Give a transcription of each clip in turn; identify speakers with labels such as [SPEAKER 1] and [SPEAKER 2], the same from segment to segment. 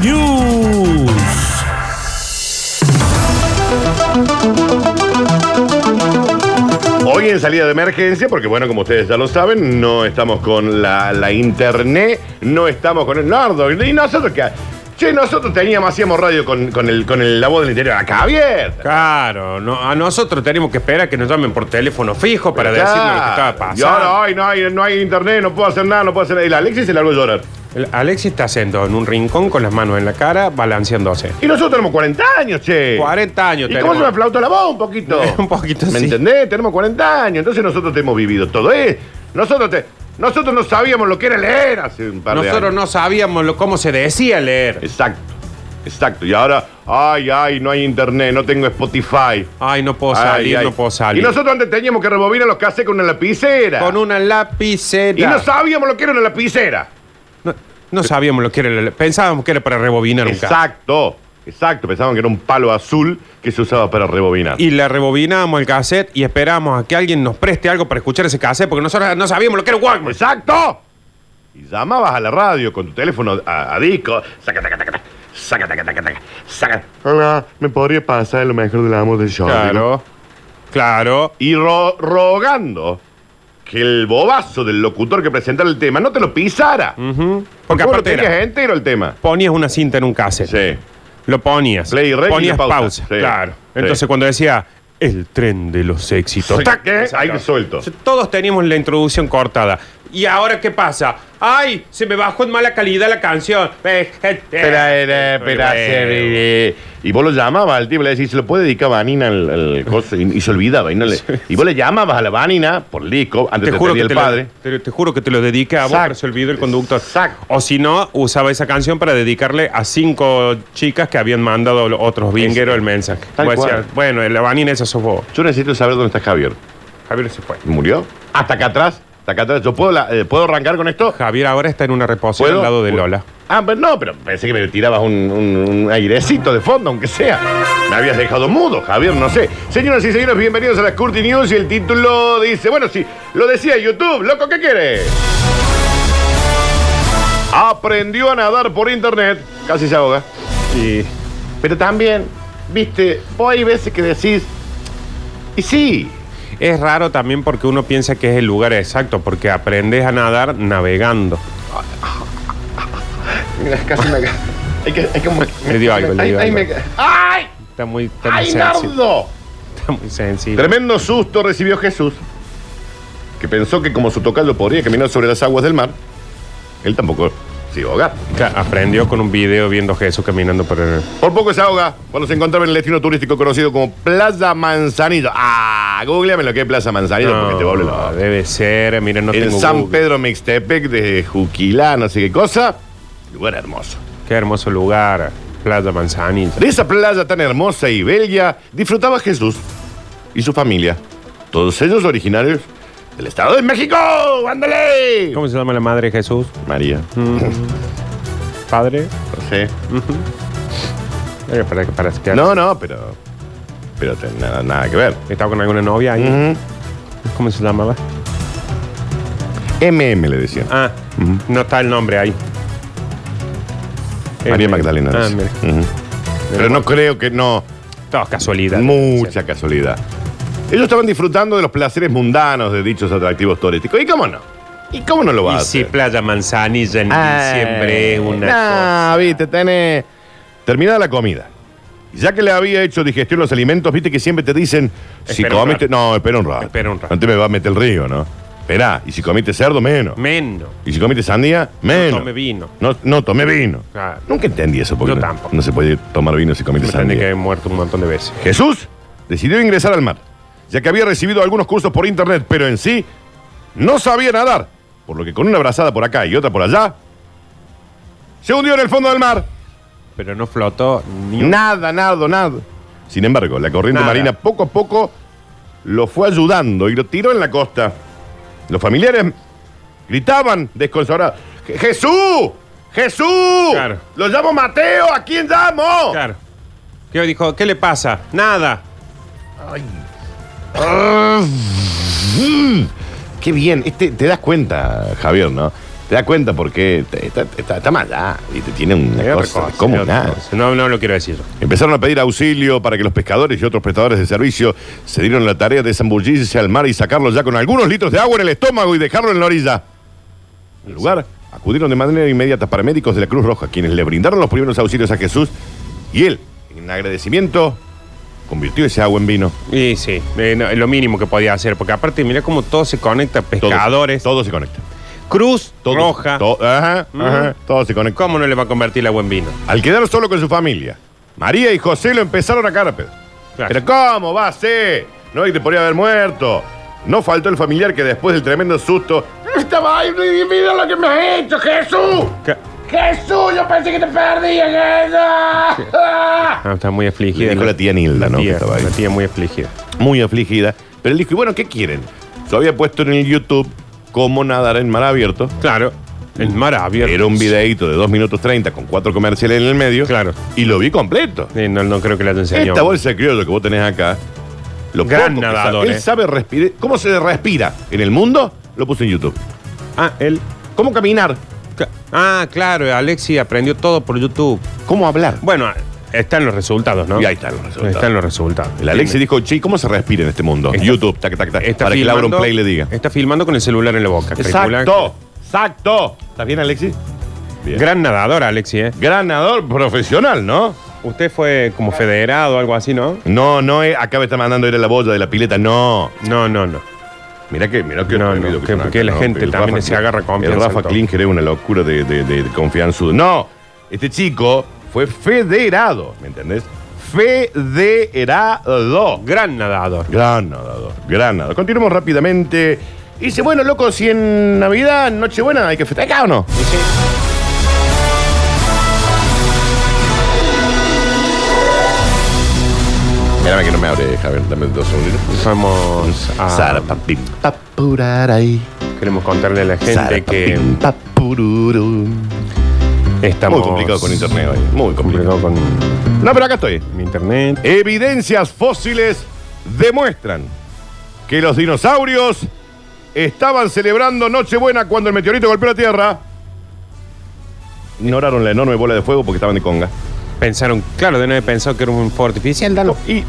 [SPEAKER 1] News.
[SPEAKER 2] Hoy en salida de emergencia, porque bueno, como ustedes ya lo saben, no estamos con la, la internet, no estamos con el Nardo. Y nosotros que. Che, nosotros teníamos, hacíamos radio con, con el, con el- la voz del interior acá abierta.
[SPEAKER 3] Claro, no, a nosotros tenemos que esperar que nos llamen por teléfono fijo para
[SPEAKER 2] Ya.
[SPEAKER 3] decirnos lo que estaba
[SPEAKER 2] Y ahora,
[SPEAKER 3] pasando.
[SPEAKER 2] ay, no hay, no hay internet, no puedo hacer nada, no puedo hacer nada. Y la Alexis se largó a llorar.
[SPEAKER 3] El Alexis está sentado en un rincón con las manos en la cara, balanceándose.
[SPEAKER 2] Y nosotros tenemos 40 años, che.
[SPEAKER 3] 40 años
[SPEAKER 2] ¿Y
[SPEAKER 3] tenemos.
[SPEAKER 2] cómo se me flauta la voz un poquito?
[SPEAKER 3] Un poquito,
[SPEAKER 2] ¿Me
[SPEAKER 3] sí.
[SPEAKER 2] entendés? Tenemos 40 años, entonces nosotros te hemos vivido todo, ¿eh? Nosotros te, nosotros no sabíamos lo que era leer hace un par de años.
[SPEAKER 3] Nosotros no sabíamos lo- cómo se decía leer.
[SPEAKER 2] Exacto, exacto. Y ahora, ay, ay, no hay internet, no tengo Spotify.
[SPEAKER 3] Ay, no puedo
[SPEAKER 2] Ay,
[SPEAKER 3] salir,
[SPEAKER 2] ay.
[SPEAKER 3] no puedo salir.
[SPEAKER 2] Y nosotros antes teníamos que rebobinar los cassettes con una lapicera.
[SPEAKER 3] Con una lapicera.
[SPEAKER 2] Y no sabíamos lo que era una lapicera.
[SPEAKER 3] No- no sabíamos lo que era. la- Pensábamos que era para rebobinar un carro.
[SPEAKER 2] Exacto, exacto. Pensaban que era un palo azul que se usaba para rebobinar.
[SPEAKER 3] Y le rebobinamos el cassette y esperamos a que alguien nos preste algo para escuchar ese cassette porque nosotros no sabíamos lo que era un Walkman.
[SPEAKER 2] ¡Exacto! Y llamabas a la radio con tu teléfono a, a disco. Saca, taca, taca, taca. Saca, taca, taca, taca. Saca. Hola, ¿me podría pasar lo mejor del amor de show?
[SPEAKER 3] Claro. Claro.
[SPEAKER 2] y ro- rogando que el bobazo del locutor que presentara el tema no te lo pisara.
[SPEAKER 3] Porque
[SPEAKER 2] Porque vos
[SPEAKER 3] aparte
[SPEAKER 2] lo tenías
[SPEAKER 3] era,
[SPEAKER 2] entero el tema.
[SPEAKER 3] ponías una cinta en un cassette.
[SPEAKER 2] Sí.
[SPEAKER 3] Lo ponías.
[SPEAKER 2] Play y rec y
[SPEAKER 3] ponías pausa.
[SPEAKER 2] pausa. Sí.
[SPEAKER 3] Claro.
[SPEAKER 2] Sí.
[SPEAKER 3] Entonces cuando decía el tren de los éxitos.
[SPEAKER 2] Sí.
[SPEAKER 3] ¡tac!
[SPEAKER 2] ¿Qué?
[SPEAKER 3] Se
[SPEAKER 2] Ahí
[SPEAKER 3] acaba.
[SPEAKER 2] suelto.
[SPEAKER 3] Todos teníamos la introducción cortada. ¿Y ahora qué pasa? ¡Ay! Se me bajó en mala calidad la canción. Eh, Espera,
[SPEAKER 2] Y vos lo llamabas al tipo, le decís, se lo puede dedicar a Vanina al, al coso, y, y se olvidaba. Y, no le- y vos le llamabas a la Vanina por el disco, antes
[SPEAKER 3] Te
[SPEAKER 2] te,
[SPEAKER 3] juro,
[SPEAKER 2] pedía
[SPEAKER 3] que
[SPEAKER 2] el
[SPEAKER 3] te,
[SPEAKER 2] padre.
[SPEAKER 3] Lo, te, te juro que te lo dediqué a vos,
[SPEAKER 2] Exacto.
[SPEAKER 3] pero se olvidó el conductor.
[SPEAKER 2] Exacto.
[SPEAKER 3] O si no, usaba esa canción para dedicarle a cinco chicas que habían mandado lo- otros vingueros el mensaje.
[SPEAKER 2] Tal
[SPEAKER 3] Vos decías,
[SPEAKER 2] cual.
[SPEAKER 3] bueno, la vanina esa sos vos.
[SPEAKER 2] Yo necesito saber dónde está Javier.
[SPEAKER 3] Javier se fue.
[SPEAKER 2] ¿Murió? Hasta acá atrás. Hasta acá atrás. ¿Yo puedo, la- eh, ¿puedo arrancar con esto?
[SPEAKER 3] Javier ahora está en una reposición al lado de Lola.
[SPEAKER 2] Ah, pero no, pero pensé que me tirabas un, un- un airecito de fondo, aunque sea. Me habías dejado mudo, Javier, no sé. Señoras y señores, bienvenidos a las Curti News y el título dice, bueno, sí, lo decía YouTube, loco, ¿qué quieres? Aprendió a nadar por internet, casi se ahoga.
[SPEAKER 3] Y
[SPEAKER 2] Pero también, viste, vos hay veces que decís, y sí,
[SPEAKER 3] es raro también porque uno piensa que es el lugar exacto, porque aprendes a nadar navegando.
[SPEAKER 2] Mira, casi me ca- Hay que, hay que
[SPEAKER 3] Le dio algo, le dio
[SPEAKER 2] Ahí- ahí
[SPEAKER 3] algo.
[SPEAKER 2] me ca- ¡Ay!
[SPEAKER 3] Está muy, está muy
[SPEAKER 2] ¡Ay,
[SPEAKER 3] sensible.
[SPEAKER 2] Nardo!
[SPEAKER 3] Está muy sensible.
[SPEAKER 2] Tremendo susto recibió Jesús, que pensó que como su tocayo podría caminar sobre las aguas del mar, él tampoco se iba a ahogar.
[SPEAKER 3] Claro, Aprendió con un video viendo a Jesús caminando por el...
[SPEAKER 2] Por poco se ahoga cuando se encontraba en el destino turístico conocido como Plaza Manzanillo. Ah, googleame lo que es Plaza Manzanillo porque te va a hablar.
[SPEAKER 3] debe ser, mira, no
[SPEAKER 2] en
[SPEAKER 3] tengo
[SPEAKER 2] San
[SPEAKER 3] Google.
[SPEAKER 2] Pedro Mixtepec de Juquilá, no sé qué cosa. Lugar hermoso.
[SPEAKER 3] Qué hermoso lugar, Plaza Manzanilla.
[SPEAKER 2] De esa playa tan hermosa y bella disfrutaba Jesús y su familia, todos ellos originarios del Estado de México. ¡Ándale!
[SPEAKER 3] ¿Cómo se llama la madre de Jesús?
[SPEAKER 2] María.
[SPEAKER 3] Mm. ¿Padre?
[SPEAKER 2] No sé.
[SPEAKER 3] Eh, para, para, que-
[SPEAKER 2] No, no, pero. Pero te- nada, nada que ver.
[SPEAKER 3] ¿Estaba con alguna novia ahí? ¿Cómo se llamaba?
[SPEAKER 2] MM le decían.
[SPEAKER 3] Ah, no está el nombre ahí.
[SPEAKER 2] María
[SPEAKER 3] Eh,
[SPEAKER 2] Magdalena.
[SPEAKER 3] Ah,
[SPEAKER 2] dice.
[SPEAKER 3] mira.
[SPEAKER 2] Ujú. Pero no creo que no.
[SPEAKER 3] Todas casualidades.
[SPEAKER 2] Mucha casualidad. Ellos estaban disfrutando de los placeres mundanos de dichos atractivos turísticos. ¿Y cómo no? ¿Y cómo no lo va a
[SPEAKER 3] Y si
[SPEAKER 2] hacer? Ah,
[SPEAKER 3] Playa Manzanilla en diciembre es una cosa.
[SPEAKER 2] Eh, No, viste, tenés. Terminada la comida. Ya que le había hecho digestión los alimentos, viste que siempre te dicen, si
[SPEAKER 3] Espera un
[SPEAKER 2] comiste.
[SPEAKER 3] rato.
[SPEAKER 2] No, espera un rato.
[SPEAKER 3] Espera un rato.
[SPEAKER 2] Antes me va a meter el río, ¿no? Esperá, y si comiste cerdo, menos.
[SPEAKER 3] Menos.
[SPEAKER 2] Y si comiste sandía, menos.
[SPEAKER 3] tomé vino.
[SPEAKER 2] No, no tomé vino.
[SPEAKER 3] Claro.
[SPEAKER 2] Nunca entendí eso porque
[SPEAKER 3] Yo
[SPEAKER 2] no,
[SPEAKER 3] tampoco.
[SPEAKER 2] no se puede tomar vino si comiste
[SPEAKER 3] Me tendría que
[SPEAKER 2] sandía.
[SPEAKER 3] haber muerto un montón de veces.
[SPEAKER 2] Jesús decidió ingresar al mar, ya que había recibido algunos cursos por internet, pero en sí no sabía nadar. Por lo que con una brazada por acá y otra por allá, se hundió en el fondo del mar.
[SPEAKER 3] Pero no flotó ni un-
[SPEAKER 2] Nada, nada, nada. Sin embargo, la corriente
[SPEAKER 3] Nada.
[SPEAKER 2] marina poco a poco lo fue ayudando y lo tiró en la costa. Los familiares gritaban desconsolados. "Je- ¡Jesús! ¡Jesús!
[SPEAKER 3] Claro.
[SPEAKER 2] ¡Lo llamo Mateo! ¿A quién llamo?
[SPEAKER 3] Claro. ¿Qué dijo? ¿Qué le pasa? Nada.
[SPEAKER 2] Mm, Qué bien. Este, te das cuenta, Javier, ¿no? Te das cuenta porque te- está, está- está mal ah, y te tiene una
[SPEAKER 3] Otra
[SPEAKER 2] cosa.
[SPEAKER 3] cosa,
[SPEAKER 2] ¿Cómo
[SPEAKER 3] otra
[SPEAKER 2] nada?
[SPEAKER 3] cosa. No, no lo quiero decir.
[SPEAKER 2] Empezaron a pedir auxilio para que los pescadores y otros prestadores de servicio se dieron la tarea de zambullirse al mar y sacarlo ya con algunos litros de agua en el estómago y dejarlo en la orilla. Al lugar acudieron de manera inmediata paramédicos de la Cruz Roja, quienes le brindaron los primeros auxilios a Jesús y él, en agradecimiento, convirtió ese agua en vino.
[SPEAKER 3] Y sí, eh, no, es lo mínimo que podía hacer, porque aparte mira cómo todo se conecta,
[SPEAKER 2] Todo-
[SPEAKER 3] pescadores,
[SPEAKER 2] Todo se conecta.
[SPEAKER 3] cruz
[SPEAKER 2] Todo-
[SPEAKER 3] roja. Mm.
[SPEAKER 2] to- ajá, ajá, todo se conecta.
[SPEAKER 3] ¿Cómo no le va a convertir la buen vino?
[SPEAKER 2] Al quedar solo con su familia, María y José lo empezaron a carpe.
[SPEAKER 3] Claro.
[SPEAKER 2] Pero ¿cómo va a ser? No, y te podría haber muerto. No faltó el familiar que después del tremendo susto... Estaba ahí, mira lo que me has hecho, Jesús.
[SPEAKER 3] Ca-
[SPEAKER 2] Jesús, yo pensé que te perdía, Jesús. Ah.
[SPEAKER 3] Ah, está muy afligida.
[SPEAKER 2] Le dijo la tía Nilda, ¿no?
[SPEAKER 3] La
[SPEAKER 2] Que
[SPEAKER 3] tía,
[SPEAKER 2] estaba ahí.
[SPEAKER 3] la tía muy afligida.
[SPEAKER 2] Muy afligida. Pero él dijo, ¿y bueno, qué quieren? Yo había puesto en el YouTube cómo nadar en mar abierto.
[SPEAKER 3] Claro, el mar abierto.
[SPEAKER 2] Era un videíto de 2 minutos 30 con cuatro comerciales en el medio.
[SPEAKER 3] Claro.
[SPEAKER 2] Y lo vi completo.
[SPEAKER 3] Eh, no, no creo que la haya enseñado.
[SPEAKER 2] Esta bolsa de criollo que vos tenés acá, lo
[SPEAKER 3] Gran
[SPEAKER 2] poco que
[SPEAKER 3] nadador,
[SPEAKER 2] sabe-
[SPEAKER 3] eh.
[SPEAKER 2] Él sabe respirar. ¿Cómo se respira en el mundo? Lo puse en YouTube.
[SPEAKER 3] Ah, él.
[SPEAKER 2] ¿Cómo caminar?
[SPEAKER 3] ca- Ah, claro, Alexi aprendió todo por YouTube.
[SPEAKER 2] ¿Cómo hablar?
[SPEAKER 3] Bueno, están los resultados, ¿no?
[SPEAKER 2] Y ahí están los resultados.
[SPEAKER 3] Están los resultados.
[SPEAKER 2] El Alexi dijo, che, ¿cómo se respira en este mundo?
[SPEAKER 3] Está-
[SPEAKER 2] YouTube, tac, tac, tac.
[SPEAKER 3] Está
[SPEAKER 2] para que
[SPEAKER 3] filmando-
[SPEAKER 2] Laura un play le diga.
[SPEAKER 3] Está filmando con el celular en la boca. calcula-
[SPEAKER 2] Exacto, exacto. ¿Estás bien, Alexi? Bien. Gran,
[SPEAKER 3] Gran nadador, Alexi, ¿eh?
[SPEAKER 2] gran nadador profesional, ¿no?
[SPEAKER 3] Usted fue como federado o algo así, ¿no?
[SPEAKER 2] No, no, eh, acá me está mandando ir a la boya de la pileta, no.
[SPEAKER 3] No, no, no.
[SPEAKER 2] Mirá que, mirá que,
[SPEAKER 3] No, no,
[SPEAKER 2] prohibido
[SPEAKER 3] que-
[SPEAKER 2] son
[SPEAKER 3] que la gente
[SPEAKER 2] El
[SPEAKER 3] también se agarra
[SPEAKER 2] Klin-
[SPEAKER 3] confianza
[SPEAKER 2] El Rafa
[SPEAKER 3] en todo.
[SPEAKER 2] Klinger es una locura de, de, de confianzudo. No, este chico fue federado, ¿me entendés? Federado.
[SPEAKER 3] Gran nadador.
[SPEAKER 2] Gran nadador, gran nadador. Continuemos rápidamente. Dice, bueno, loco, si en Navidad, en Nochebuena, hay que festejar o no. Espérame que no me abre, Javier, dame dos segunditos.
[SPEAKER 3] Vamos a.
[SPEAKER 2] Zarpa, pim, pa, puraray.
[SPEAKER 3] Queremos contarle a la gente
[SPEAKER 2] Zarpa,
[SPEAKER 3] que
[SPEAKER 2] pim, pa, pururum.
[SPEAKER 3] estamos.
[SPEAKER 2] Muy complicado con internet hoy. Muy complicado.
[SPEAKER 3] Complicado con
[SPEAKER 2] No, pero acá estoy.
[SPEAKER 3] internet.
[SPEAKER 2] Evidencias fósiles demuestran que los dinosaurios estaban celebrando Nochebuena cuando el meteorito golpeó la Tierra. Ignoraron la enorme bola de fuego porque estaban de conga.
[SPEAKER 3] Pensaron, claro, de nuevo pensó que era un fuego artificial. dalo.
[SPEAKER 2] Y,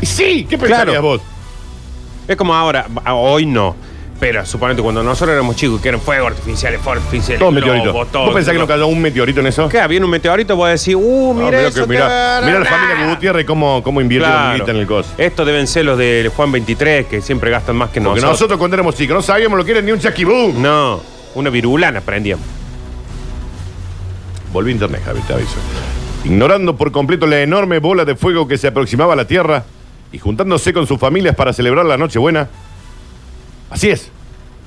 [SPEAKER 2] y sí, ¿qué
[SPEAKER 3] Claro.
[SPEAKER 2] pensarías vos?
[SPEAKER 3] Es como ahora, a- hoy no. Pero suponete cuando nosotros éramos chicos que eran fuegos artificiales, fuegos artificiales,
[SPEAKER 2] Todo
[SPEAKER 3] globos,
[SPEAKER 2] meteorito.
[SPEAKER 3] todo,
[SPEAKER 2] ¿Vos pensás que no cayó un meteorito en eso?
[SPEAKER 3] ¿Qué? Viene un meteorito, vos decís, uh,
[SPEAKER 2] No,
[SPEAKER 3] mira
[SPEAKER 2] mirá
[SPEAKER 3] eso.
[SPEAKER 2] que-
[SPEAKER 3] que
[SPEAKER 2] mirá,
[SPEAKER 3] era-
[SPEAKER 2] mirá la
[SPEAKER 3] nah.
[SPEAKER 2] familia Gutiérrez cómo, cómo invierte la
[SPEAKER 3] Claro.
[SPEAKER 2] guita en el coso.
[SPEAKER 3] Estos deben ser los del Juan 23, que siempre gastan más que
[SPEAKER 2] Porque
[SPEAKER 3] nosotros.
[SPEAKER 2] nosotros cuando éramos chicos no sabíamos lo que era ni un chasquibum.
[SPEAKER 3] No, una virulana prendíamos.
[SPEAKER 2] Volví a internet, Javier, te aviso. Ignorando por completo la enorme bola de fuego que se aproximaba a la Tierra y juntándose con sus familias para celebrar la Nochebuena. Así es,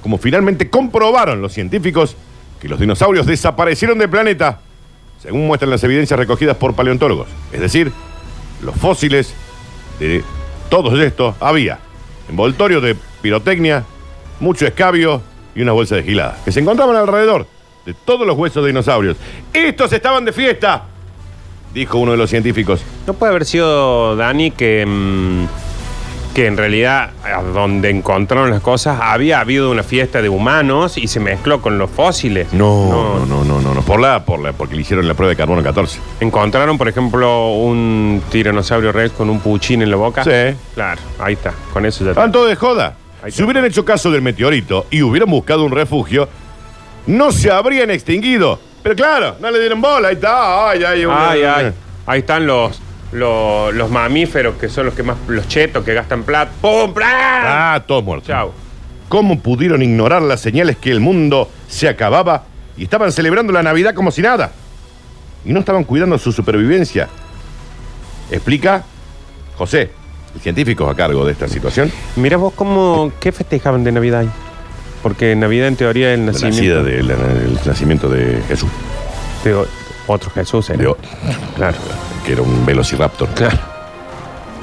[SPEAKER 2] como finalmente comprobaron los científicos que los dinosaurios desaparecieron del planeta, según muestran las evidencias recogidas por paleontólogos. Es decir, los fósiles de todos estos había envoltorio de pirotecnia, mucho escabio y una bolsa de gilada, que se encontraban alrededor de todos los huesos de dinosaurios. ¡Estos estaban de fiesta! Dijo uno de los científicos.
[SPEAKER 3] No puede haber sido Dani que. mm, que en realidad, a donde encontraron las cosas, había habido una fiesta de humanos y se mezcló con los fósiles.
[SPEAKER 2] No, no, no, no, no, no. Por la, por la, porque le hicieron la prueba de carbono 14.
[SPEAKER 3] Encontraron, por ejemplo, un tiranosaurio rex con un puchín en la boca.
[SPEAKER 2] Sí. Ah,
[SPEAKER 3] Claro, ahí está. Con eso ya está.
[SPEAKER 2] Estaban todos de joda.
[SPEAKER 3] Ahí está.
[SPEAKER 2] Si hubieran hecho caso del meteorito y hubieran buscado un refugio, no se habrían extinguido. Pero claro, no le dieron bola, ahí está. Ay, ay, una-
[SPEAKER 3] Ay, ay. Ahí están los, los, los mamíferos que son los que más. los chetos que gastan plata. ¡Pum! ¡Plan!
[SPEAKER 2] Ah, todos muertos.
[SPEAKER 3] Chau.
[SPEAKER 2] ¿Cómo pudieron ignorar las señales que el mundo se acababa y estaban celebrando la Navidad como si nada? Y no estaban cuidando su supervivencia. Explica José, el científico a cargo de esta situación.
[SPEAKER 3] Mira vos cómo. ¿Qué festejaban de Navidad ahí? Porque Navidad en teoría es el
[SPEAKER 2] La
[SPEAKER 3] nacimiento
[SPEAKER 2] nacida del nacimiento de Jesús,
[SPEAKER 3] de o- otro Jesús. ¿eh?
[SPEAKER 2] de o-
[SPEAKER 3] Claro.
[SPEAKER 2] que era un velociraptor.
[SPEAKER 3] Claro.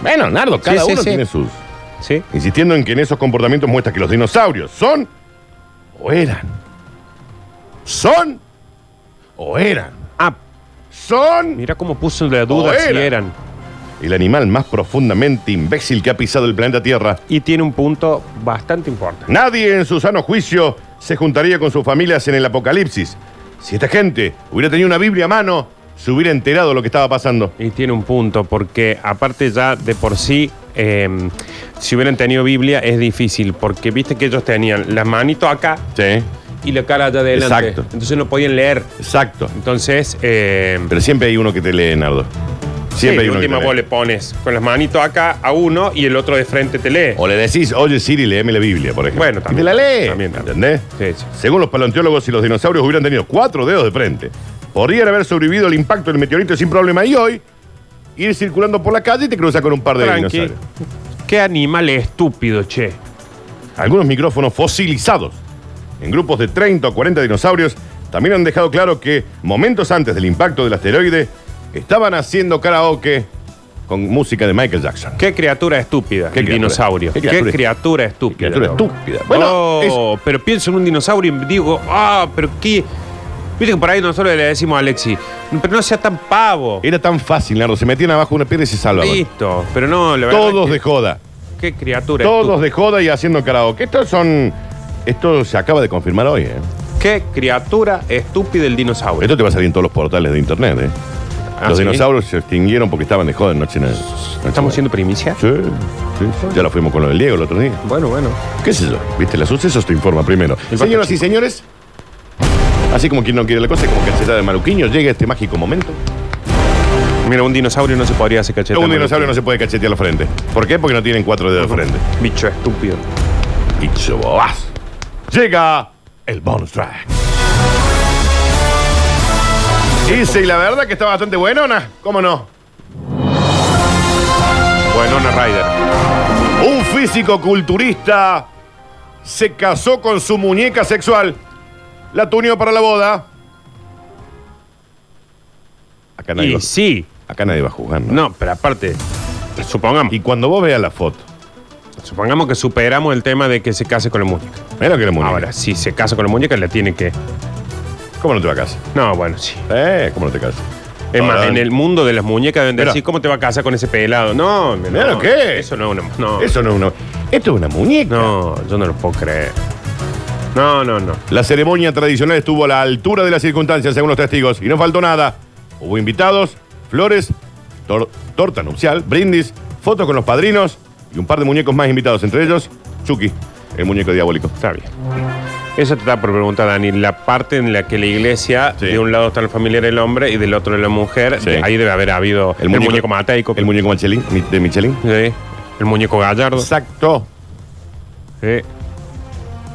[SPEAKER 2] Bueno, Nardo, cada
[SPEAKER 3] Sí, sí,
[SPEAKER 2] uno
[SPEAKER 3] sí.
[SPEAKER 2] tiene sus.
[SPEAKER 3] Sí.
[SPEAKER 2] insistiendo en que en esos comportamientos muestra que los dinosaurios son o eran. Son o eran.
[SPEAKER 3] Ah,
[SPEAKER 2] Son
[SPEAKER 3] mira cómo puso la duda
[SPEAKER 2] O
[SPEAKER 3] si
[SPEAKER 2] Oh, era.
[SPEAKER 3] eran.
[SPEAKER 2] el animal más profundamente imbécil que ha pisado el planeta Tierra.
[SPEAKER 3] Y tiene un punto bastante importante.
[SPEAKER 2] Nadie en su sano juicio se juntaría con sus familias en el apocalipsis. Si esta gente hubiera tenido una Biblia a mano, se hubiera enterado de lo que estaba pasando.
[SPEAKER 3] Y tiene un punto, porque aparte ya de por sí, eh, si hubieran tenido Biblia es difícil, porque viste que ellos tenían las manitos acá
[SPEAKER 2] Sí,
[SPEAKER 3] y la cara allá adelante.
[SPEAKER 2] Exacto.
[SPEAKER 3] Entonces no podían leer.
[SPEAKER 2] exacto.
[SPEAKER 3] Entonces, eh,
[SPEAKER 2] Pero siempre hay uno que te lee, Nardo. Siempre hay
[SPEAKER 3] sí, de
[SPEAKER 2] uno que
[SPEAKER 3] última
[SPEAKER 2] te
[SPEAKER 3] vos
[SPEAKER 2] lee.
[SPEAKER 3] le pones con las manitos acá a uno y el otro de frente te lee.
[SPEAKER 2] O le decís, oye Siri, léeme la Biblia, por ejemplo.
[SPEAKER 3] Bueno,
[SPEAKER 2] Y
[SPEAKER 3] también,
[SPEAKER 2] te la lee.
[SPEAKER 3] también, también.
[SPEAKER 2] ¿Entendés?
[SPEAKER 3] Sí, sí.
[SPEAKER 2] Según los paleontólogos, si los dinosaurios hubieran tenido cuatro dedos de frente, podrían haber sobrevivido al impacto del meteorito sin problema. Y hoy, ir circulando por la calle y te cruzas con un par de
[SPEAKER 3] Tranqui.
[SPEAKER 2] dinosaurios.
[SPEAKER 3] Qué animal estúpido, che.
[SPEAKER 2] Algunos micrófonos fosilizados en grupos de 30 o 40 dinosaurios también han dejado claro que momentos antes del impacto del asteroide estaban haciendo karaoke con música de Michael Jackson.
[SPEAKER 3] Qué criatura estúpida.
[SPEAKER 2] Qué
[SPEAKER 3] el
[SPEAKER 2] criatura.
[SPEAKER 3] dinosaurio.
[SPEAKER 2] Qué
[SPEAKER 3] Qué
[SPEAKER 2] criatura.
[SPEAKER 3] criatura, estúpida.
[SPEAKER 2] Criatura estúpida. Bueno,
[SPEAKER 3] Oh, pero pienso en un dinosaurio y digo, ah, pero qué. Viste que por ahí nosotros le decimos a Alexi, pero no sea tan pavo.
[SPEAKER 2] Era tan fácil, Nardo. Se metían abajo una piedra y se salvaban.
[SPEAKER 3] Listo. Pero no, la verdad.
[SPEAKER 2] Todos
[SPEAKER 3] es
[SPEAKER 2] de joda.
[SPEAKER 3] que- Qué criatura
[SPEAKER 2] Todos de joda y haciendo karaoke. Estos son. Esto se acaba de confirmar hoy, ¿eh?
[SPEAKER 3] estúpida. Qué criatura estúpida el dinosaurio.
[SPEAKER 2] Esto te va a salir en todos los portales de internet, ¿eh?
[SPEAKER 3] Ah,
[SPEAKER 2] Los
[SPEAKER 3] ¿sí?
[SPEAKER 2] dinosaurios se extinguieron porque estaban de joda en noche. en- noche
[SPEAKER 3] ¿Estamos
[SPEAKER 2] en-
[SPEAKER 3] siendo primicia?
[SPEAKER 2] Sí, sí. Ya lo fuimos con lo del Diego el otro día.
[SPEAKER 3] Bueno, bueno.
[SPEAKER 2] ¿Qué es eso? ¿Viste? Los sucesos te informa primero.
[SPEAKER 3] El
[SPEAKER 2] Señoras
[SPEAKER 3] Pato
[SPEAKER 2] y señores, así como quien no quiere la cosa, como cacheta de maluquiño, llega este mágico momento.
[SPEAKER 3] Mira, un dinosaurio no se podría hacer cachete.
[SPEAKER 2] Un dinosaurio no se puede cachetear la frente. ¿Por qué? Porque no tienen cuatro dedos de frente.
[SPEAKER 3] Bicho estúpido.
[SPEAKER 2] Bicho bobazo. Llega el bonus track. Y sí, la verdad que está bastante buenona. ¿Cómo no?
[SPEAKER 3] Bueno, no Ryder.
[SPEAKER 2] Un físico culturista se casó con su muñeca sexual. La tuneó para la boda. Acá nadie,
[SPEAKER 3] Y
[SPEAKER 2] va,
[SPEAKER 3] sí.
[SPEAKER 2] acá nadie va a jugar, ¿no?
[SPEAKER 3] No, pero aparte, supongamos.
[SPEAKER 2] Y cuando vos veas la foto,
[SPEAKER 3] Supongamos que superamos el tema de que se case con la muñeca.
[SPEAKER 2] mira lo que la muñeca.
[SPEAKER 3] Ahora, si se casa con la muñeca, la tiene que.
[SPEAKER 2] ¿Cómo no te va a casar?
[SPEAKER 3] No, bueno, sí.
[SPEAKER 2] ¿Eh? ¿Cómo no te casas?
[SPEAKER 3] Es más,
[SPEAKER 2] Ahora,
[SPEAKER 3] en el mundo de las muñecas deben
[SPEAKER 2] Mira.
[SPEAKER 3] decir, ¿cómo te va a casar con ese pelado? No, no.
[SPEAKER 2] Mira lo que es.
[SPEAKER 3] Eso no es una. No,
[SPEAKER 2] Eso no es una. Esto es una muñeca.
[SPEAKER 3] no, yo no lo puedo creer. No, no, no.
[SPEAKER 2] La ceremonia tradicional estuvo a la altura de las circunstancias, según los testigos, y no faltó nada. Hubo invitados, flores, tor- torta nupcial, brindis, fotos con los padrinos y un par de muñecos más invitados, entre ellos Chucky, el muñeco diabólico.
[SPEAKER 3] Está bien. Eso te da por preguntar, Dani. La parte en la que la iglesia,
[SPEAKER 2] Sí.
[SPEAKER 3] de un lado está el familiar del hombre y del otro la mujer,
[SPEAKER 2] Sí.
[SPEAKER 3] de- ahí debe haber habido el, muñeco, mataico.
[SPEAKER 2] El muñeco Michelin, mi- de Michelin.
[SPEAKER 3] Sí. El muñeco gallardo.
[SPEAKER 2] Exacto.
[SPEAKER 3] Sí.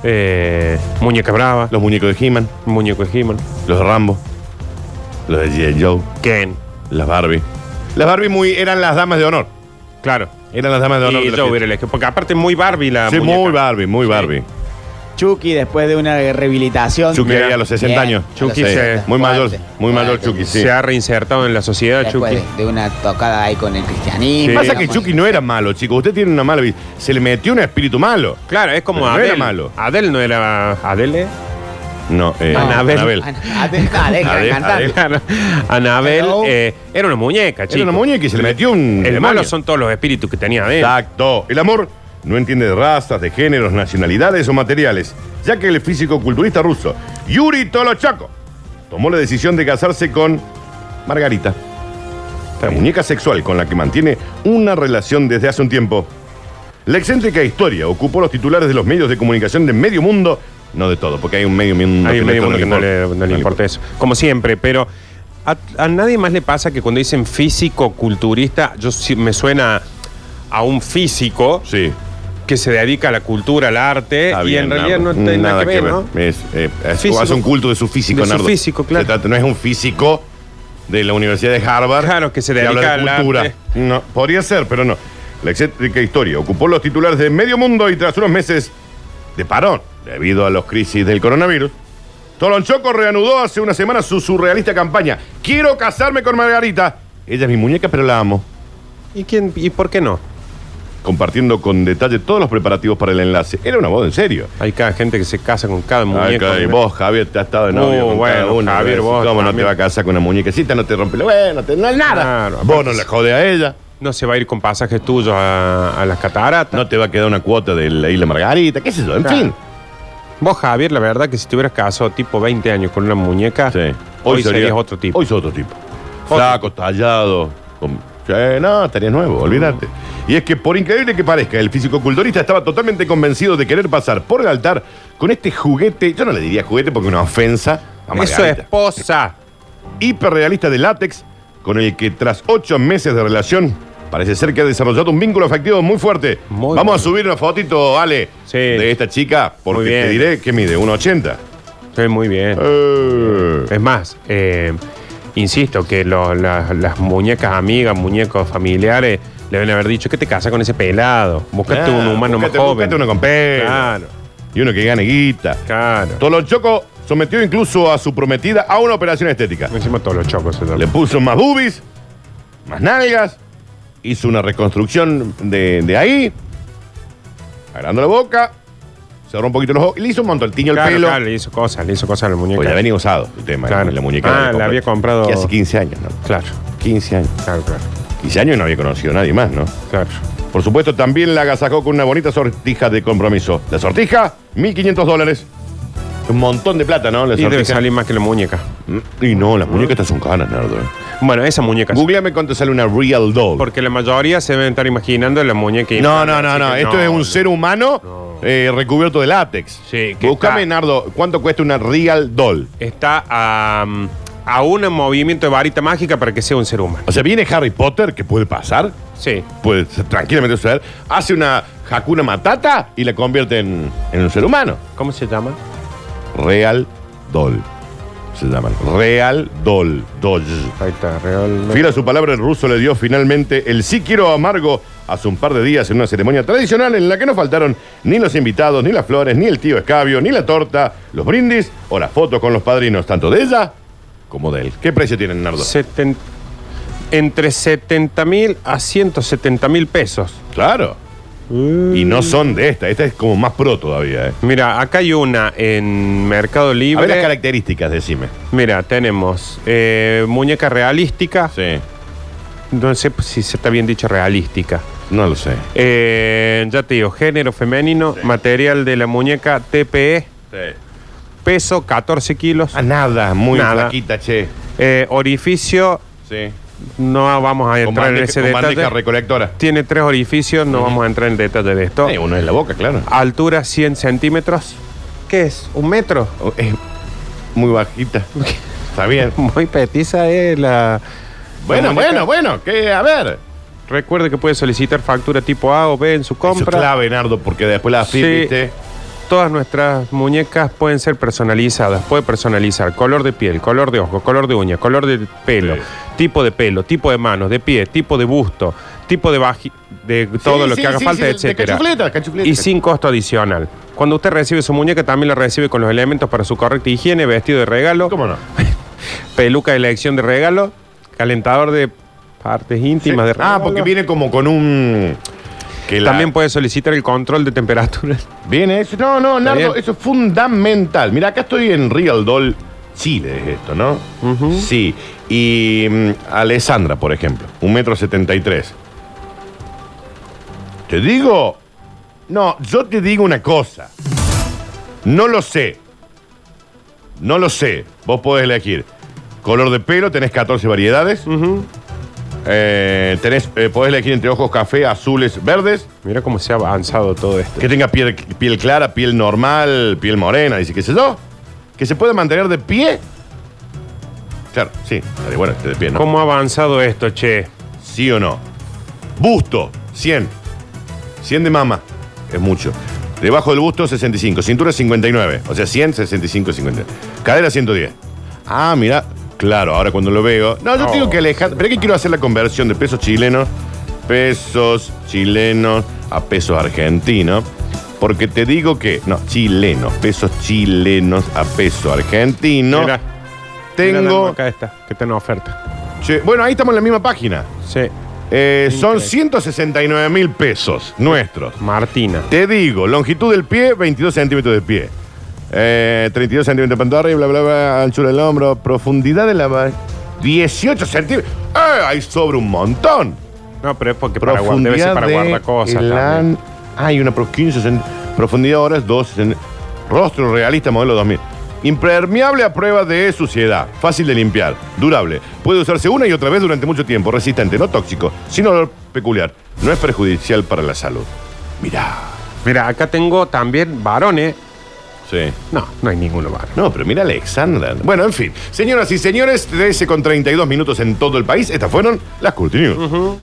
[SPEAKER 3] Eh, muñeca brava.
[SPEAKER 2] Los muñecos de He-Man,
[SPEAKER 3] Muñeco de He-Man.
[SPEAKER 2] los de Rambo, los de G.I. Joe,
[SPEAKER 3] Ken.
[SPEAKER 2] las Barbie. Las Barbie muy, eran las damas de honor.
[SPEAKER 3] Claro.
[SPEAKER 2] Eran las damas de honor.
[SPEAKER 3] y
[SPEAKER 2] de la
[SPEAKER 3] yo
[SPEAKER 2] fiesta.
[SPEAKER 3] hubiera elegido. Porque aparte es muy Barbie la
[SPEAKER 2] Sí,
[SPEAKER 3] muñeca.
[SPEAKER 2] muy Barbie, muy Barbie.
[SPEAKER 4] Chucky después de una rehabilitación.
[SPEAKER 2] Chucky
[SPEAKER 3] Mira,
[SPEAKER 2] ahí a los 60
[SPEAKER 4] bien.
[SPEAKER 2] años. Sí,
[SPEAKER 3] Chucky se-
[SPEAKER 2] Muy mayor,
[SPEAKER 4] Fuerte,
[SPEAKER 2] muy mayor
[SPEAKER 4] fuerte.
[SPEAKER 2] Chucky, sí.
[SPEAKER 3] Se ha reinsertado en la
[SPEAKER 2] ah,
[SPEAKER 3] sociedad,
[SPEAKER 4] Después
[SPEAKER 3] Chucky.
[SPEAKER 4] de, de una tocada ahí con el cristianismo.
[SPEAKER 3] Sí.
[SPEAKER 2] Pasa que
[SPEAKER 4] digamos.
[SPEAKER 2] Chucky no era malo, chicos. Usted tiene una mala vida. Se le metió un espíritu malo.
[SPEAKER 3] Claro, es como
[SPEAKER 2] Pero no
[SPEAKER 3] Adel.
[SPEAKER 2] era malo.
[SPEAKER 3] Adel no era. ¿Adele?
[SPEAKER 2] No, eh,
[SPEAKER 4] No.
[SPEAKER 2] Anabel. Anabel.
[SPEAKER 4] Ana- Deja, deja
[SPEAKER 2] Adel-
[SPEAKER 4] Ah, de cantar.
[SPEAKER 2] Adel-
[SPEAKER 3] Claro. Anabel
[SPEAKER 4] Hello.
[SPEAKER 3] eh, era una muñeca, chico.
[SPEAKER 2] Era una muñeca y se le metió un.
[SPEAKER 3] El
[SPEAKER 2] demonio.
[SPEAKER 3] malo son todos los espíritus que tenía adentro.
[SPEAKER 2] Exacto. El amor no entiende de razas, de géneros, nacionalidades o materiales, ya que el físico culturista ruso Yuri Tolochako tomó la decisión de casarse con Margarita, la muñeca sexual con la que mantiene una relación desde hace un tiempo. La excéntrica historia ocupó los titulares de los medios de comunicación de medio mundo, no de todo, porque hay un medio mundo
[SPEAKER 3] Hay
[SPEAKER 2] que
[SPEAKER 3] un medio
[SPEAKER 2] no-
[SPEAKER 3] mundo que no le, no le
[SPEAKER 2] no
[SPEAKER 3] importa eso. Como siempre, pero a, a nadie más le pasa que cuando dicen físico-culturista, yo sí- me suena a un físico
[SPEAKER 2] Sí,
[SPEAKER 3] que se dedica a la cultura, al arte,
[SPEAKER 2] está
[SPEAKER 3] y
[SPEAKER 2] bien,
[SPEAKER 3] en realidad
[SPEAKER 2] Nardo.
[SPEAKER 3] no tiene nada, que ver, ¿no?
[SPEAKER 2] Es, eh, es-
[SPEAKER 3] Físico.
[SPEAKER 2] hace un culto de su físico,
[SPEAKER 3] De su
[SPEAKER 2] Nardo.
[SPEAKER 3] físico, claro.
[SPEAKER 2] Se trata- no es un físico de la Universidad de Harvard.
[SPEAKER 3] Claro, que se
[SPEAKER 2] habla
[SPEAKER 3] dedica
[SPEAKER 2] de
[SPEAKER 3] al
[SPEAKER 2] cultura.
[SPEAKER 3] arte.
[SPEAKER 2] No, podría ser, pero no. La excéntrica historia ocupó los titulares de medio mundo y tras unos meses de parón debido a las crisis del coronavirus, Tolonchoco reanudó hace una semana su surrealista campaña. Quiero casarme con Margarita. Ella es mi muñeca, pero la amo.
[SPEAKER 3] ¿Y, quién, ¿Y por qué no?
[SPEAKER 2] compartiendo con detalle todos los preparativos para el enlace. Era una boda en serio.
[SPEAKER 3] Hay cada gente que se casa con cada
[SPEAKER 2] Ay,
[SPEAKER 3] muñeco.
[SPEAKER 2] y vos, Javier, te has estado de novio
[SPEAKER 3] Uh,
[SPEAKER 2] con
[SPEAKER 3] bueno,
[SPEAKER 2] cada uno.
[SPEAKER 3] Javier,
[SPEAKER 2] ¿ves?
[SPEAKER 3] vos
[SPEAKER 2] ¿Cómo no te
[SPEAKER 3] también.
[SPEAKER 2] va a casar con una muñequecita? No te rompe la... Bueno, te- no es nada.
[SPEAKER 3] Claro,
[SPEAKER 2] vos
[SPEAKER 3] aparte
[SPEAKER 2] no la
[SPEAKER 3] sí.
[SPEAKER 2] jode a ella.
[SPEAKER 3] No se va a ir con pasajes tuyos a, a las cataratas.
[SPEAKER 2] No te va a quedar una cuota de la isla Margarita, qué sé yo, en
[SPEAKER 3] Claro.
[SPEAKER 2] fin.
[SPEAKER 3] Vos, Javier, la verdad que si te hubieras casado tipo 20 años con una muñeca,
[SPEAKER 2] Sí.
[SPEAKER 3] hoy,
[SPEAKER 2] sería-
[SPEAKER 3] serías otro tipo.
[SPEAKER 2] Hoy soy otro tipo.
[SPEAKER 3] Otro.
[SPEAKER 2] Flaco, tallado. con- Sí, no, estarías nuevo, olvídate. Y es que por increíble que parezca, el fisicoculturista estaba totalmente convencido de querer pasar por el altar con este juguete, yo no le diría juguete porque es una ofensa a
[SPEAKER 3] Eso es
[SPEAKER 2] Margarita,
[SPEAKER 3] esposa.
[SPEAKER 2] hiperrealista de látex, con el que tras ocho meses de relación parece ser que ha desarrollado un vínculo afectivo muy fuerte. Vamos
[SPEAKER 3] Muy bueno.
[SPEAKER 2] a subir una fotito, Ale,
[SPEAKER 3] Sí.
[SPEAKER 2] de esta chica, porque
[SPEAKER 3] Muy bien.
[SPEAKER 2] te diré que mide 1,80.
[SPEAKER 3] Sí, muy bien.
[SPEAKER 2] Eh.
[SPEAKER 3] Es más, eh, insisto que lo- las- las muñecas amigas, muñecos familiares, le deben haber dicho que te casas con ese pelado. Búscate
[SPEAKER 2] Claro,
[SPEAKER 3] un humano
[SPEAKER 2] búscate-
[SPEAKER 3] más joven.
[SPEAKER 2] búscate uno con pelo.
[SPEAKER 3] Claro,
[SPEAKER 2] Y uno que gane guita.
[SPEAKER 3] claro.
[SPEAKER 2] Tolonchoco sometió incluso a su prometida a una operación estética.
[SPEAKER 3] Encima todos los chocos. se lo-
[SPEAKER 2] Le puso más boobies, más nalgas, hizo una reconstrucción de, de ahí, agrando la boca, cerró un poquito los ojos, le hizo un montón el tiño al
[SPEAKER 3] Claro,
[SPEAKER 2] pelo.
[SPEAKER 3] claro, le hizo cosas, le hizo cosas a la muñeca.
[SPEAKER 2] Porque ya venía usado el tema,
[SPEAKER 3] Claro.
[SPEAKER 2] la muñeca.
[SPEAKER 3] Ah, la había comprado-
[SPEAKER 2] Que hace 15 años, ¿no?
[SPEAKER 3] Claro,
[SPEAKER 2] 15 años.
[SPEAKER 3] claro, claro,
[SPEAKER 2] 15 años y no había conocido a nadie más, ¿no?
[SPEAKER 3] claro.
[SPEAKER 2] Por supuesto, también la agasajó con una bonita sortija de compromiso. La sortija, 1.500 dólares. Un montón de plata, ¿no? La
[SPEAKER 3] Y debe
[SPEAKER 2] sortija.
[SPEAKER 3] salir más que la muñeca.
[SPEAKER 2] Mm, Y no, las muñecas estas son caras, Nardo. eh.
[SPEAKER 3] Bueno, esa muñeca. sí.
[SPEAKER 2] Googleame cuánto sale una real doll.
[SPEAKER 3] Porque la mayoría se deben estar imaginando la muñeca.
[SPEAKER 2] no, no,
[SPEAKER 3] inflable,
[SPEAKER 2] no,
[SPEAKER 3] así
[SPEAKER 2] no.
[SPEAKER 3] que
[SPEAKER 2] Esto es un
[SPEAKER 3] no.
[SPEAKER 2] ser humano
[SPEAKER 3] No.
[SPEAKER 2] eh, recubierto de látex.
[SPEAKER 3] Sí, que
[SPEAKER 2] Búscame,
[SPEAKER 3] está-
[SPEAKER 2] Nardo, cuánto cuesta una real doll.
[SPEAKER 3] Está a, mm, a un movimiento de varita mágica para que sea un ser humano.
[SPEAKER 2] O sea, viene Harry Potter, que puede pasar,
[SPEAKER 3] Sí.
[SPEAKER 2] puede ser- tranquilamente suceder, hace una Hakuna Matata y la convierte en, en un ser humano.
[SPEAKER 3] ¿Cómo se llama?
[SPEAKER 2] Real doll. Se llaman. Real doll. Doll.
[SPEAKER 3] Ahí está, realmente.
[SPEAKER 2] Fiel a su palabra, el ruso le dio finalmente el sí quiero amargo hace un par de días en una ceremonia tradicional en la que no faltaron ni los invitados, ni las flores, ni el tío escabio, ni la torta, los brindis o las fotos con los padrinos, tanto de ella como de él. ¿Qué precio tienen, Nardo?
[SPEAKER 3] Seten- entre 70 mil a 170 mil pesos.
[SPEAKER 2] Claro. Y no son de esta, esta es como más pro todavía. ¿eh?
[SPEAKER 3] Mira, acá hay una en Mercado
[SPEAKER 2] A ver las
[SPEAKER 3] Libre.
[SPEAKER 2] características, decime.
[SPEAKER 3] Mira, tenemos eh, muñeca realística.
[SPEAKER 2] Sí,
[SPEAKER 3] No sé si se está bien dicho realística.
[SPEAKER 2] no lo sé.
[SPEAKER 3] Eh, ya te digo, género femenino, material de la muñeca TPE, peso 14 kilos,
[SPEAKER 2] A nada, muy
[SPEAKER 3] Nada.
[SPEAKER 2] flaquita, che.
[SPEAKER 3] Eh, orificio,
[SPEAKER 2] Sí.
[SPEAKER 3] no vamos a
[SPEAKER 2] Con
[SPEAKER 3] entrar en
[SPEAKER 2] bandeja,
[SPEAKER 3] ese
[SPEAKER 2] con bandeja
[SPEAKER 3] detalle.
[SPEAKER 2] recolectora.
[SPEAKER 3] Tiene tres orificios, no vamos a entrar en detalle de esto.
[SPEAKER 2] Sí, uno es la boca, claro.
[SPEAKER 3] Altura 100 centímetros. ¿Qué es? ¿Un metro?
[SPEAKER 2] Oh, Es muy bajita. Está bien.
[SPEAKER 3] Muy petiza es la...
[SPEAKER 2] Bueno,
[SPEAKER 3] la muñeca.
[SPEAKER 2] bueno, bueno, que a ver.
[SPEAKER 3] Recuerde que puede solicitar factura tipo A o B en su
[SPEAKER 2] Eso es
[SPEAKER 3] compra.
[SPEAKER 2] clave, Nardo, porque después la
[SPEAKER 3] Sí.
[SPEAKER 2] viste.
[SPEAKER 3] Todas nuestras muñecas pueden ser personalizadas. Puede personalizar color de piel, color de ojo, color de uña, color de pelo,
[SPEAKER 2] Sí.
[SPEAKER 3] tipo de pelo, tipo de manos, de pie, tipo de busto, tipo de baji, de todo lo
[SPEAKER 2] sí,
[SPEAKER 3] que haga
[SPEAKER 2] sí,
[SPEAKER 3] falta,
[SPEAKER 2] sí, de
[SPEAKER 3] etcétera.
[SPEAKER 2] cachufleta, cachufleta.
[SPEAKER 3] Y sin costo adicional. Cuando usted recibe su muñeca, también la recibe con los elementos para su correcta higiene, vestido de regalo,
[SPEAKER 2] ¿Cómo no?
[SPEAKER 3] peluca de elección de regalo, calentador de partes íntimas de regalo.
[SPEAKER 2] Ah, porque viene como con un. que la-
[SPEAKER 3] También puede solicitar el control de temperatura.
[SPEAKER 2] Viene eso. No, no,
[SPEAKER 3] ¿Está
[SPEAKER 2] Nardo,
[SPEAKER 3] bien?
[SPEAKER 2] eso es fundamental. Mira, acá estoy en Real Doll, Chile, es esto, ¿no? Sí. Y mm, Alessandra, por ejemplo, un metro setenta y tres. Te digo. No, yo te digo una cosa. No lo sé. No lo sé. Vos podés elegir. Color de pelo, tenés 14 variedades. Eh, tenés, eh, podés elegir entre ojos café, azules, verdes.
[SPEAKER 3] Mira cómo se ha avanzado todo esto.
[SPEAKER 2] Este. Que tenga piel, piel clara, piel normal, piel morena, dice, qué sé yo. Que se pueda mantener de pie. Claro, sí. Dale, Bueno, este de pie, ¿no?
[SPEAKER 3] ¿Cómo ha avanzado esto, che?
[SPEAKER 2] ¿Sí o no? Busto, 100. 100 de mama. Es mucho. Debajo del busto, 65. Cintura, 59. O sea, 100, 65, 59. Cadera, 110. Ah, mira. Claro, ahora cuando lo veo. No, yo
[SPEAKER 3] No,
[SPEAKER 2] tengo que alejar. Pero es que quiero hacer la conversión de pesos chilenos. Pesos chilenos a pesos argentinos. Porque te digo que. No, chilenos. Pesos chilenos a pesos argentinos.
[SPEAKER 3] Mira, mira,
[SPEAKER 2] tengo.
[SPEAKER 3] dame acá esta, que está en oferta.
[SPEAKER 2] Che, bueno, ahí estamos en la misma página.
[SPEAKER 3] Sí.
[SPEAKER 2] Eh, son 169 mil pesos nuestros.
[SPEAKER 3] Martina.
[SPEAKER 2] Te digo, longitud del pie, 22 centímetros de pie. Eh, 32 centímetros de pantorra y bla, bla, bla, anchura del hombro, profundidad de la mano, 18 centímetros. ¡Eh! Ahí sobra un montón.
[SPEAKER 3] No, pero es porque para guardar, debe ser para
[SPEAKER 2] de
[SPEAKER 3] guardar cosas.
[SPEAKER 2] el an-
[SPEAKER 3] también.
[SPEAKER 2] Hay una pro 15 cent- Profundidad ahora es 12 cent- Rostro realista modelo 2000. Impermeable a prueba de suciedad. Fácil de limpiar. Durable. Puede usarse una y otra vez durante mucho tiempo. Resistente, no tóxico. Sin olor peculiar. No es perjudicial para la salud. Mirá.
[SPEAKER 3] Mira, acá tengo también varones.
[SPEAKER 2] Sí.
[SPEAKER 3] No, no hay ninguno varón.
[SPEAKER 2] No, pero mira Alexandra. Bueno, en fin. Señoras y señores, 13 con 32 minutos en todo el país. Estas fueron las Curti News.